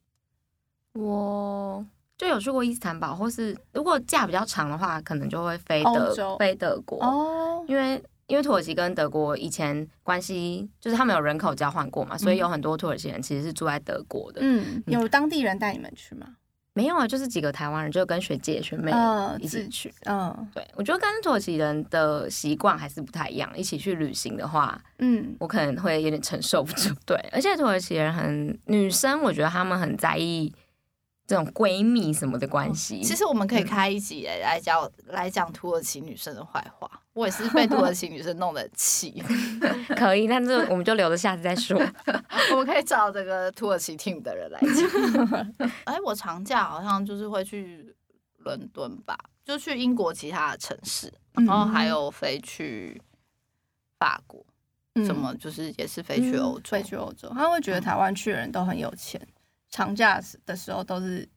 Speaker 3: 我就有去过伊斯坦堡，或是如果假比较长的话，可能就会飞
Speaker 1: 欧
Speaker 3: 德
Speaker 1: 洲
Speaker 3: 飞德国，
Speaker 1: 哦，
Speaker 3: 因为因为土耳其跟德国以前关系就是他们有人口交换过嘛，所以有很多土耳其人其实是住在德国的。
Speaker 1: 嗯，
Speaker 3: 嗯
Speaker 1: 有当地人带你们去吗？
Speaker 3: 没有啊，就是几个台湾人就跟学姐学妹
Speaker 1: 嗯
Speaker 3: 一
Speaker 1: 自
Speaker 3: 起去。
Speaker 1: 嗯
Speaker 3: 对，我觉得跟土耳其人的习惯还是不太一样。一起去旅行的话，
Speaker 1: 嗯，
Speaker 3: 我可能会有点承受不住。对，而且土耳其人很女生，我觉得她们很在意这种闺蜜什么的关系。
Speaker 2: 其实我们可以开一集来来讲来讲土耳其女生的坏话。我也是被土耳其女生弄得很 气，
Speaker 3: 可以，但是我们就留着下次再说。
Speaker 2: 我们可以找这个土耳其 team 的人来讲。 哎，我长假好像就是会去伦敦吧，就去英国其他的城市，然后哦还有飞去法国，
Speaker 1: 嗯
Speaker 2: 什么就是也是嗯飞去欧洲嗯
Speaker 1: 会。去欧洲，他会觉得台湾去的人都很有钱，长假的时候都是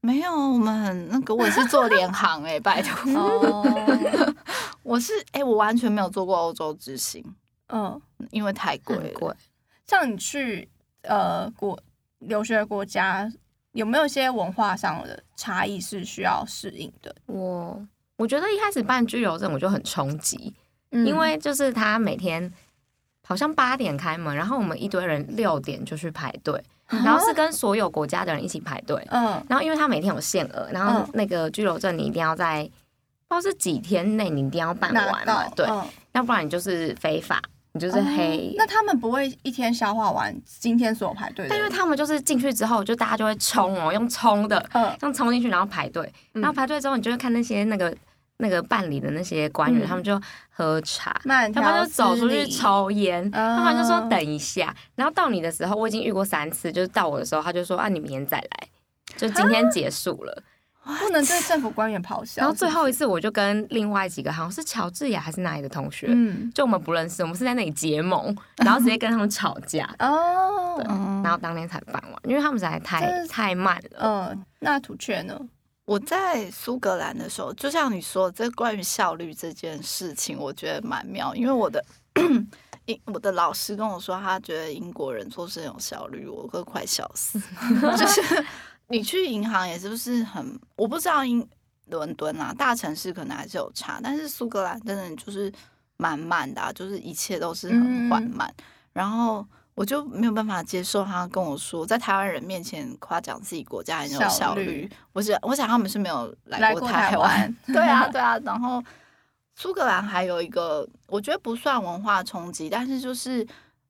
Speaker 2: 没有，我们很那个，我也是做联航哎、拜 托，
Speaker 1: 哦，
Speaker 2: 我是哎、我完全没有做过欧洲之行，
Speaker 1: 嗯，
Speaker 2: 因为太贵
Speaker 3: 很
Speaker 2: 了。
Speaker 3: 贵，
Speaker 1: 像你去呃国留学国家有没有一些文化上的差异是需要适应的？
Speaker 3: 我我觉得一开始办居留证我就很冲击，
Speaker 1: 嗯
Speaker 3: 因为就是他每天好像八点开门，然后我们一堆人六点就去排队，然后是跟所有国家的人一起排队。
Speaker 1: 嗯
Speaker 3: 然后因为他每天有限额，然后
Speaker 1: 嗯
Speaker 3: 那个居留证你一定要在不知道是几天内你一定要办
Speaker 1: 拿
Speaker 3: 完嘛
Speaker 1: 到，
Speaker 3: 对，
Speaker 1: 嗯
Speaker 3: 要不然你就是非法，你就是黑
Speaker 1: 哦。那他们不会一天消化完今天所有排队的人？
Speaker 3: 但因为他们就是进去之后，就大家就会冲哦，用冲的，
Speaker 1: 嗯
Speaker 3: 这样冲进去，然后排队，
Speaker 1: 嗯
Speaker 3: 然后排队之后，你就会看那些那个那个办理的那些官
Speaker 1: 嗯
Speaker 3: 员，他们就喝茶，
Speaker 1: 慢
Speaker 3: 他
Speaker 1: 条斯理，
Speaker 3: 们就走出去抽烟，
Speaker 1: 啊
Speaker 3: 他们就说等一下，然后到你的时候，我已经遇过三次，就是到我的时候，他就说啊，你明天再来。就今
Speaker 1: 啊
Speaker 3: 天结束了，
Speaker 1: 不能对政府官员咆哮。
Speaker 3: 然后最后一次我就跟另外几个好像是乔治亚还是哪里的同学，
Speaker 1: 嗯
Speaker 3: 就我们不认识，我们是在那里结盟，然后直接跟他们吵架，
Speaker 1: 哦，
Speaker 2: 嗯
Speaker 3: 然后当天才办完，因为他们实在
Speaker 1: 真
Speaker 3: 太
Speaker 1: 的
Speaker 3: 太慢了。
Speaker 1: 嗯，那土雀呢？
Speaker 2: 我在苏格兰的时候，就像你说，这关于效率这件事情，我觉得蛮妙，因为我的英我的老师跟我说，他觉得英国人做事很有效率，我都快笑死。 就是你去银行也是不是很？我不知道英伦敦啊，大城市可能还是有差，但是苏格兰真的就是蛮慢的、啊，就是一切都是很缓
Speaker 1: 嗯
Speaker 2: 慢，然后。我就没有办法接受他跟我说，在台湾人面前夸奖自己国家很有
Speaker 1: 效
Speaker 2: 效
Speaker 1: 率
Speaker 2: 率，我想，我想他们是没有
Speaker 1: 来
Speaker 2: 来
Speaker 1: 过
Speaker 2: 过
Speaker 1: 台
Speaker 2: 台
Speaker 1: 湾
Speaker 2: 湾。 对啊，对啊。然后苏格兰还有一个，我觉得不算文化冲击，但是就是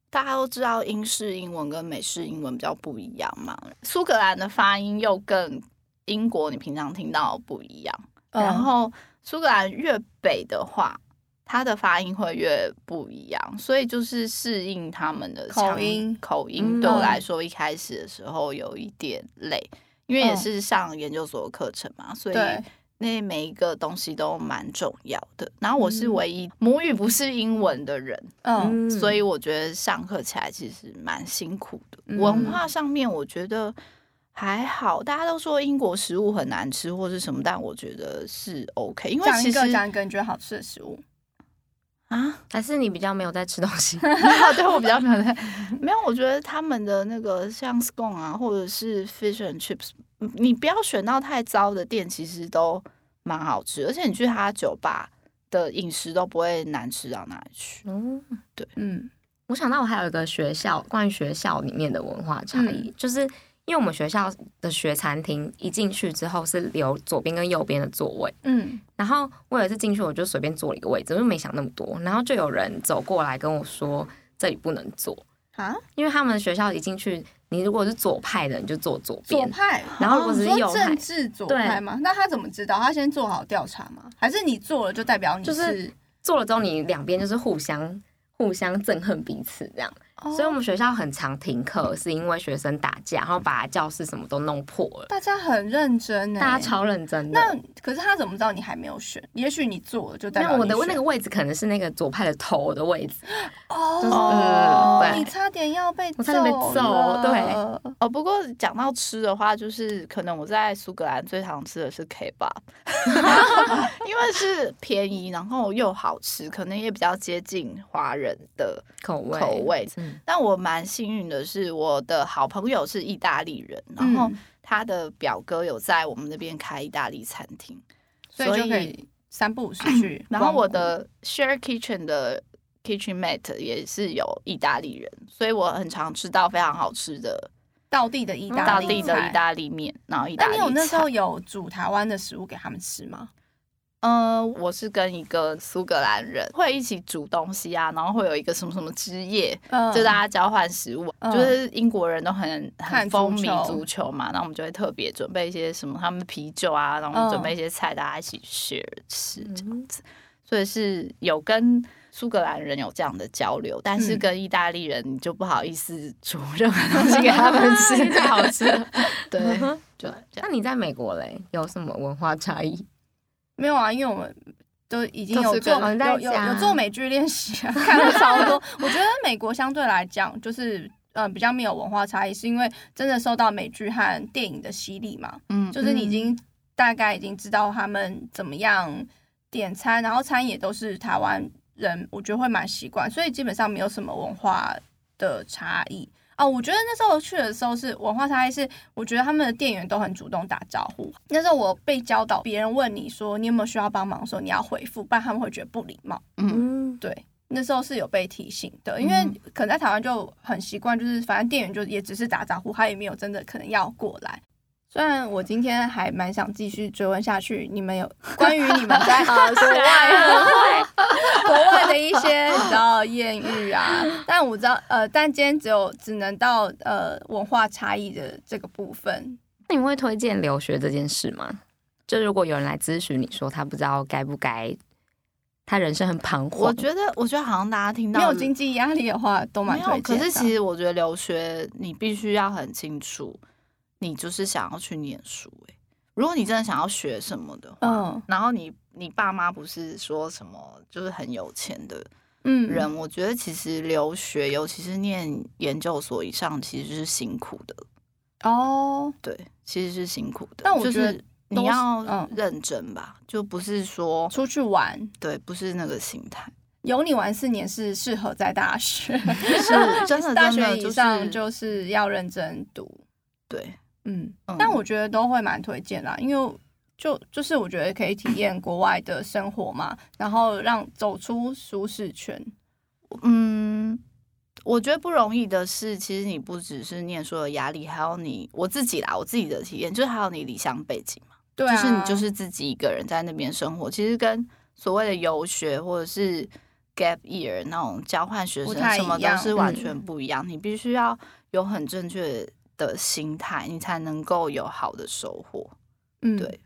Speaker 2: 大家都知道英式英文跟美式英文比较不一样嘛。苏格兰的发音又跟英国你平常听到的不一样。然
Speaker 1: 嗯
Speaker 2: 后苏格兰越北的话，它的发音会越不一样，所以就是适应他们的
Speaker 1: 口
Speaker 2: 腔
Speaker 1: 音
Speaker 2: 口
Speaker 3: 嗯
Speaker 2: 音对我来说，一开始的时候有一点累，因为也
Speaker 1: 嗯
Speaker 2: 是上研究所的课程嘛，所以
Speaker 1: 对，
Speaker 2: 那每一个东西都蛮重要的。然后我是
Speaker 1: 嗯
Speaker 2: 唯一母语不是英文的人，
Speaker 1: 嗯
Speaker 2: 所以我觉得上课起来其实蛮辛苦的。
Speaker 3: 嗯
Speaker 2: 文化上面，我觉得还好，大家都说英国食物很难吃或是什么，但我觉得是 OK，因为
Speaker 1: 讲
Speaker 2: 其
Speaker 1: 一
Speaker 2: 实
Speaker 1: 个讲一个你觉得好吃的食物。
Speaker 2: 啊，
Speaker 3: 还是你比较没有在吃东 西，
Speaker 2: 对我比较没有在，没有，我觉得他们的那个像 scone 啊，或者是 fish and chips，嗯你不要选到太糟的店，其实都蛮好吃，而且你去他酒吧的饮食都不会难吃到哪里去。
Speaker 3: 嗯，
Speaker 1: 嗯
Speaker 3: 我想到我还有一个学校，关于学校里面的文化差
Speaker 1: 嗯
Speaker 3: 异，就是因为我们学校的学餐厅一进去之后是留左边跟右边的座位，
Speaker 1: 嗯
Speaker 3: 然后我有一次进去我就随便坐了一个位置，我就没想那么多，然后就有人走过来跟我说这里不能坐，
Speaker 1: 啊，
Speaker 3: 因为他们学校一进去，你如果是左派的你就坐左
Speaker 1: 左
Speaker 3: 边，
Speaker 1: 派。
Speaker 3: 然后
Speaker 1: 哦
Speaker 3: 我只
Speaker 1: 你
Speaker 3: 是
Speaker 1: 说
Speaker 3: 右派
Speaker 1: 政治左派吗？那他怎么知道？他先做好调查吗？还是你做了就代表你？
Speaker 3: 就是坐了之后你两边就是互相互相憎恨彼此这样。
Speaker 1: 哦
Speaker 3: 所以我们学校很常停课，是因为学生打架，然后把教室什么都弄破了。
Speaker 1: 大家很认真欸呢。
Speaker 3: 大家超认真
Speaker 1: 那
Speaker 3: 的。
Speaker 1: 可是他怎么知道你还没有选？也许你做了就代
Speaker 3: 那
Speaker 1: 表
Speaker 3: 我的
Speaker 1: 你选
Speaker 3: 那个位置可能是那个左派的头的位置，就是
Speaker 1: 哦
Speaker 3: 嗯，
Speaker 2: 对
Speaker 1: 你差点要被
Speaker 3: 我差点被揍
Speaker 1: 了
Speaker 3: 对，
Speaker 2: 哦，不过讲到吃的话，就是可能我在苏格兰最常吃的是 kebab，因为是便宜，然后又好吃，可能也比较接近华人的。
Speaker 3: 口味
Speaker 2: 口味
Speaker 3: 嗯，
Speaker 2: 但我蛮幸运的是，我的好朋友是意大利人，然后
Speaker 1: 嗯
Speaker 2: 他的表哥有在我们那边开意大利餐厅，
Speaker 1: 所以
Speaker 2: 所
Speaker 1: 就可
Speaker 2: 以。
Speaker 1: 以三不五时去
Speaker 2: 然后我
Speaker 1: 光
Speaker 2: 的 share kitchen 的 kitchen mate 也是有意大利人，所以我很常吃到非常好吃的
Speaker 1: 顾道地的意大
Speaker 2: 当
Speaker 1: 利
Speaker 2: 地的
Speaker 1: 菜
Speaker 2: 意。大利面，然后意大
Speaker 1: 啊那
Speaker 2: 利
Speaker 1: 你
Speaker 2: 菜。
Speaker 1: 有那时候有煮台湾的食物给他们吃吗？
Speaker 2: 呃，我是跟一个苏格兰人会一起煮东西啊，然后会有一个什么什么之夜，
Speaker 1: 嗯
Speaker 2: 就大家交换食物。
Speaker 1: 嗯
Speaker 2: 就是英国人都很
Speaker 1: 看
Speaker 2: 很
Speaker 1: 足
Speaker 2: 风靡
Speaker 1: 球
Speaker 2: 足球嘛，那我们就会特别准备一些什么他们啤酒啊，然后我们
Speaker 1: 嗯
Speaker 2: 准备一些菜，大家一起 share 吃这样
Speaker 3: 嗯
Speaker 2: 子。所以是有跟苏格兰人有这样的交流，但是
Speaker 1: 嗯
Speaker 2: 跟意大利人你就不好意思煮 任何东西给 他们吃，
Speaker 3: 最好吃的。
Speaker 2: 对，
Speaker 1: 嗯
Speaker 2: 就这样。
Speaker 3: 那你在美国嘞，有什么文化差异？
Speaker 1: 没有啊，因为我们都已经
Speaker 3: 都
Speaker 1: 有
Speaker 3: 是
Speaker 1: 做
Speaker 3: 各忙在
Speaker 1: 有有
Speaker 3: 家
Speaker 1: 有做美剧练习啊，看了超多。我觉得美国相对来讲就是。嗯，比较没有文化差异，是因为真的受到美剧和电影的洗礼嘛？
Speaker 2: 嗯
Speaker 1: 就是你已
Speaker 3: 嗯
Speaker 1: 经大概已经知道他们怎么样点餐，然后餐也都是台湾人，我觉得会蛮习惯，所以基本上没有什么文化的差异。哦，我觉得那时候去的时候是文化差异，是我觉得他们的店员都很主动打招呼。那时候我被教导，别人问你说你有没有需要帮忙的时候，你要回复，不然他们会觉得不礼貌。
Speaker 3: 嗯，
Speaker 1: 对，那时候是有被提醒的，因为
Speaker 2: 嗯
Speaker 1: 可能在台湾就很习惯，就是反正店员就也只是打招呼，他也没有真的可能要过来。虽然我今天还蛮想继续追问下去，你们有关于你们 在国
Speaker 2: 啊
Speaker 1: 外
Speaker 3: 嗯
Speaker 1: 国外的一些你知道艳遇啊，但我知道呃，但今天只有只能到呃文化差异的这个部分。
Speaker 3: 那你会推荐留学这件事吗？就如果有人来咨询你说他不知道该不该，他人生很彷徨，
Speaker 2: 我觉得，我觉得好像大家听到
Speaker 1: 没有经济压力的话，都蛮
Speaker 2: 没有
Speaker 1: 推荐
Speaker 2: 可
Speaker 1: 的。啊
Speaker 2: 是其实我觉得留学你必须要很清楚，你就是想要去念书、欸。如果你真的想要学什么的话，
Speaker 1: 嗯
Speaker 2: 然后你你爸妈不是说什么就是很有钱的
Speaker 1: 嗯
Speaker 2: 人，我觉得其实留学，尤其是念研究所以上，其实是辛苦的。
Speaker 1: 哦，
Speaker 2: 对，其实是辛苦的。
Speaker 1: 但我
Speaker 2: 就
Speaker 1: 觉得
Speaker 2: 是
Speaker 1: 都
Speaker 2: 你
Speaker 1: 是
Speaker 2: 要
Speaker 1: 嗯
Speaker 2: 认真吧，就不是说
Speaker 1: 出去玩
Speaker 2: 对，不是那个心态，
Speaker 1: 有你玩四年是适合在大学，
Speaker 2: 是 真的
Speaker 1: 大
Speaker 2: 真
Speaker 1: 学
Speaker 2: 的就
Speaker 1: 以上
Speaker 2: 是
Speaker 1: 就是要认真读。
Speaker 2: 对。
Speaker 1: 嗯，
Speaker 2: 嗯
Speaker 1: 但我觉得都会蛮推荐啦，因为就就是我觉得可以体验国外的生活嘛，然后让走出舒适圈。
Speaker 2: 嗯，我觉得不容易的是，其实你不只是念书的压力，还有你我自己啦，我自己的体验，就是还有你离乡背景嘛，
Speaker 1: 对
Speaker 2: 就
Speaker 1: 啊，
Speaker 2: 是你就是自己一个人在那边生活，其实跟所谓的游学或者是 gap year 那种交换学
Speaker 1: 不
Speaker 2: 生
Speaker 1: 太
Speaker 2: 什么
Speaker 1: 一
Speaker 2: 都
Speaker 1: 样
Speaker 2: 是完
Speaker 3: 嗯
Speaker 2: 全不一样，你必须要有很正确的心态，你才能够有好的收获。
Speaker 1: 嗯
Speaker 2: 对。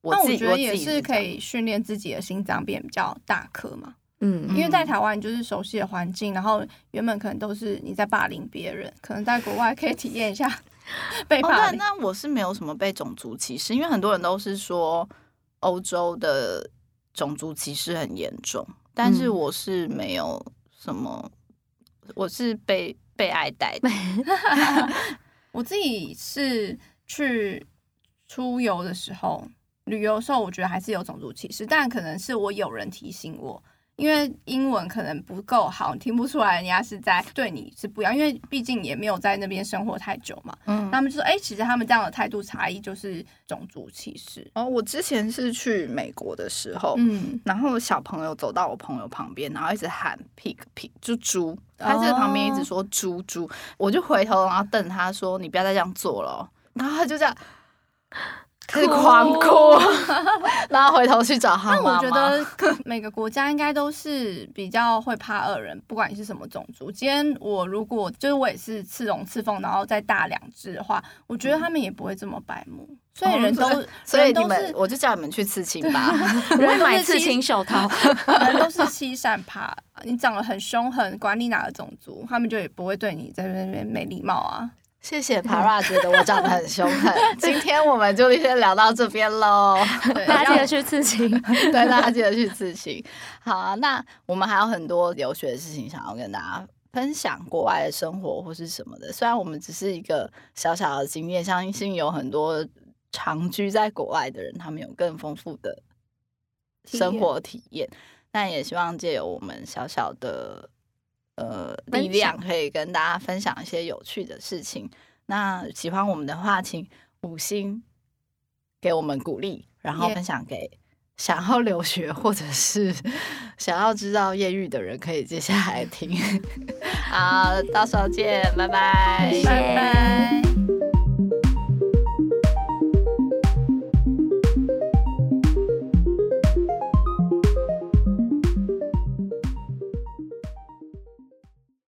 Speaker 2: 我
Speaker 1: 那我
Speaker 2: 自己
Speaker 1: 觉得
Speaker 2: 自
Speaker 1: 也是
Speaker 2: 己这
Speaker 1: 可
Speaker 2: 样
Speaker 1: 以训练自己的心脏变比较大颗嘛，
Speaker 3: 嗯
Speaker 1: 因为在台湾就是熟悉的环境，然后原本可能都是你在霸凌别人，可能在国外可以体验一下被
Speaker 2: 哦，
Speaker 1: 霸
Speaker 2: 对，
Speaker 1: 凌。
Speaker 2: 那我是没有什么被种族歧视，因为很多人都是说欧洲的种族歧视很严重，但是
Speaker 3: 嗯
Speaker 2: 我是没有什么，我是被被爱戴的。
Speaker 1: 我自己是去出游的时候，旅游的时候，我觉得还是有种族歧视，但可能是我有人提醒我，因为英文可能不够好，听不出来人家是在对你是不一样，因为毕竟也没有在那边生活太久嘛。
Speaker 2: 嗯
Speaker 1: 他们就说，哎、其实他们这样的态度差异就是种族歧视。
Speaker 2: 哦，我之前是去美国的时候，
Speaker 1: 嗯，
Speaker 2: 然后小朋友走到我朋友旁边，然后一直喊 pig pig 就猪，他在旁边一直说猪猪，我就回头然后瞪他说你不要再这样做了哦，然后他就这样开始狂哭， 然后回头去找他
Speaker 1: 但我
Speaker 2: 妈妈。
Speaker 1: 觉得每个国家应该都是比较会怕恶人，不管你是什么种族。今天我如果就是我也是刺龙刺凤，然后再大两只的话，我觉得他们也不会这么白目。所以人都、
Speaker 2: 哦所
Speaker 1: 人
Speaker 2: 以你
Speaker 1: 都
Speaker 2: 们
Speaker 1: 是
Speaker 2: 我就叫你们去刺青吧，
Speaker 3: 人
Speaker 1: 都
Speaker 3: 买
Speaker 1: 是
Speaker 3: 刺
Speaker 1: 欺
Speaker 3: 青 手套，
Speaker 1: 人都是欺善怕，你长得很凶狠，管你哪个种族，他们就也不会对你在那边没礼貌啊。
Speaker 2: 谢谢 Para 觉得我长得很凶狠。 今天我们就先聊到这边喽，
Speaker 1: 对，
Speaker 3: 大家
Speaker 1: 然
Speaker 3: 记得
Speaker 1: 后
Speaker 3: 去刺青。
Speaker 2: 对大家记得去刺青。好啊，那我们还有很多留学的事情想要跟大家分享，国外的生活或是什么的。虽然我们只是一个小小的经验，相信有很多长居在国外的人，他们有更丰富的
Speaker 1: 体验
Speaker 2: 生活体验。那也希望借由我们小小的呃
Speaker 3: 分
Speaker 2: 力量，可以跟大家分享一些有趣的事情。那喜欢我们的话，请五星给我们鼓励，然后
Speaker 1: Yeah
Speaker 2: 分享给想要留学或者是 想要知道艳遇的人，可 以接下来听。好，到时候见，拜拜，
Speaker 3: 谢谢
Speaker 1: 拜拜。